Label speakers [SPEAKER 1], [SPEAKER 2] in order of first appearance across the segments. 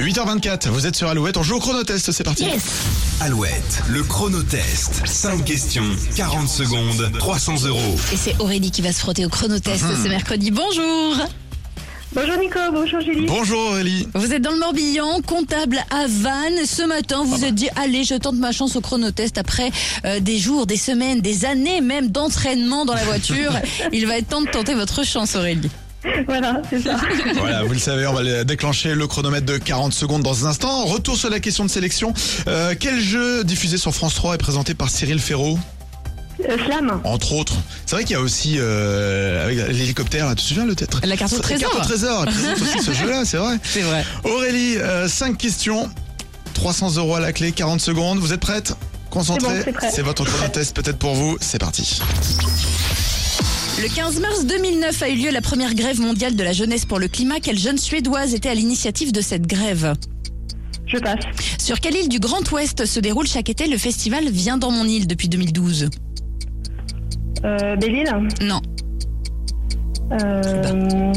[SPEAKER 1] 8h24, vous êtes sur Alouette, on joue au chronotest, c'est parti.
[SPEAKER 2] Alouette, le chronotest. 5 questions, 40 secondes, 300 euros.
[SPEAKER 3] Et c'est Aurélie qui va se frotter au chronotest ce mercredi. Bonjour
[SPEAKER 4] Bonjour Nico, bonjour Julie.
[SPEAKER 1] Bonjour Aurélie.
[SPEAKER 3] Vous êtes dans le Morbihan, comptable à Vannes. Ce matin, vous vous êtes dit, allez, je tente ma chance au chronotest après euh, des jours, des semaines, des années même d'entraînement dans la voiture. Il va être temps de tenter votre chance, Aurélie.
[SPEAKER 4] Voilà, c'est ça.
[SPEAKER 1] Voilà, vous le savez, on va le- déclencher le chronomètre de 40 secondes dans un instant. Retour sur la question de sélection. Euh, quel jeu diffusé sur France 3 est présenté par Cyril Ferraud
[SPEAKER 4] Euh, Flamme.
[SPEAKER 1] Entre autres. C'est vrai qu'il y a aussi euh, avec l'hélicoptère, là, tu te souviens le tête
[SPEAKER 3] La carte au trésor.
[SPEAKER 1] La carte au trésor, c'est aussi ce jeu-là, c'est vrai.
[SPEAKER 3] C'est vrai.
[SPEAKER 1] Aurélie, 5 questions, 300 euros à la clé, 40 secondes. Vous êtes prête Concentrée
[SPEAKER 4] C'est bon, c'est prêt.
[SPEAKER 1] votre chronotest peut-être pour vous. C'est parti.
[SPEAKER 3] Le 15 mars 2009 a eu lieu la première grève mondiale de la jeunesse pour le climat. Quelle jeune Suédoise était à l'initiative de cette grève
[SPEAKER 4] Je passe.
[SPEAKER 3] Sur quelle île du Grand Ouest se déroule chaque été le festival Viens dans mon île depuis 2012
[SPEAKER 4] Euh, Belle-Île.
[SPEAKER 3] Non.
[SPEAKER 4] Euh,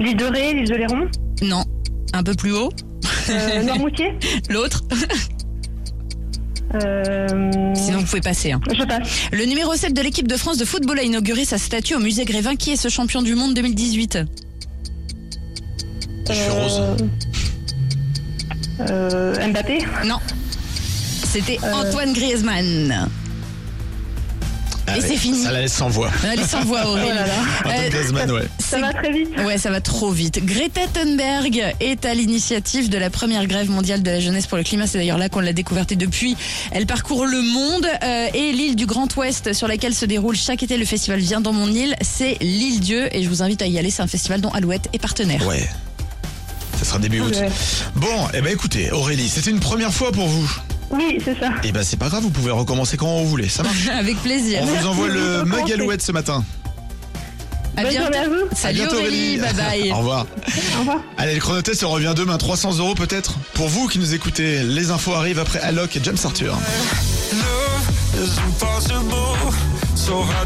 [SPEAKER 4] l'île de Ré, l'île de Léron.
[SPEAKER 3] Non. Un peu plus haut.
[SPEAKER 4] Euh, Noirmoutier.
[SPEAKER 3] L'autre.
[SPEAKER 4] Euh,
[SPEAKER 3] Sinon, vous pouvez passer. hein.
[SPEAKER 4] Je passe.
[SPEAKER 3] Le numéro 7 de l'équipe de France de football a inauguré sa statue au musée Grévin. Qui est ce champion du monde 2018
[SPEAKER 1] Je suis rose.
[SPEAKER 4] Euh, Mbappé.
[SPEAKER 3] Non. C'était Antoine Griezmann. Et c'est fini.
[SPEAKER 1] Ça la laisse sans voix.
[SPEAKER 3] Allez, sans voix, Aurélie.
[SPEAKER 4] Oh là là.
[SPEAKER 1] Antoine
[SPEAKER 3] Euh,
[SPEAKER 1] Griezmann, ouais.
[SPEAKER 3] c'est-
[SPEAKER 4] Ça va très vite.
[SPEAKER 3] Ouais, ça va trop vite. Greta Thunberg est à l'initiative de la première grève mondiale de la jeunesse pour le climat. C'est d'ailleurs là qu'on l'a découverte. Et depuis, elle parcourt le monde euh, et l'île du Grand Ouest sur laquelle se déroule chaque été le festival Viens dans mon île. C'est l'île Dieu et je vous invite à y aller. C'est un festival dont Alouette est partenaire.
[SPEAKER 1] Ouais. Ça sera début août.
[SPEAKER 4] Ouais.
[SPEAKER 1] Bon, eh ben écoutez, Aurélie, c'était une première fois pour vous.
[SPEAKER 4] Oui, c'est ça.
[SPEAKER 1] Eh ben c'est pas grave, vous pouvez recommencer quand vous voulez. Ça marche.
[SPEAKER 3] Avec plaisir.
[SPEAKER 1] On vous
[SPEAKER 4] Merci
[SPEAKER 1] envoie
[SPEAKER 4] de
[SPEAKER 1] le
[SPEAKER 4] recommencer.
[SPEAKER 1] mug Alouette ce matin.
[SPEAKER 3] À
[SPEAKER 4] Bonne
[SPEAKER 3] bientôt.
[SPEAKER 4] journée à vous.
[SPEAKER 1] À
[SPEAKER 3] Salut
[SPEAKER 1] bientôt,
[SPEAKER 3] Aurélie, bye bye.
[SPEAKER 1] Au revoir.
[SPEAKER 4] Au revoir.
[SPEAKER 1] Allez, le chronotest on revient demain. 300 euros peut-être. Pour vous qui nous écoutez, les infos arrivent après Alok et James Arthur.
[SPEAKER 5] Love is impossible, so how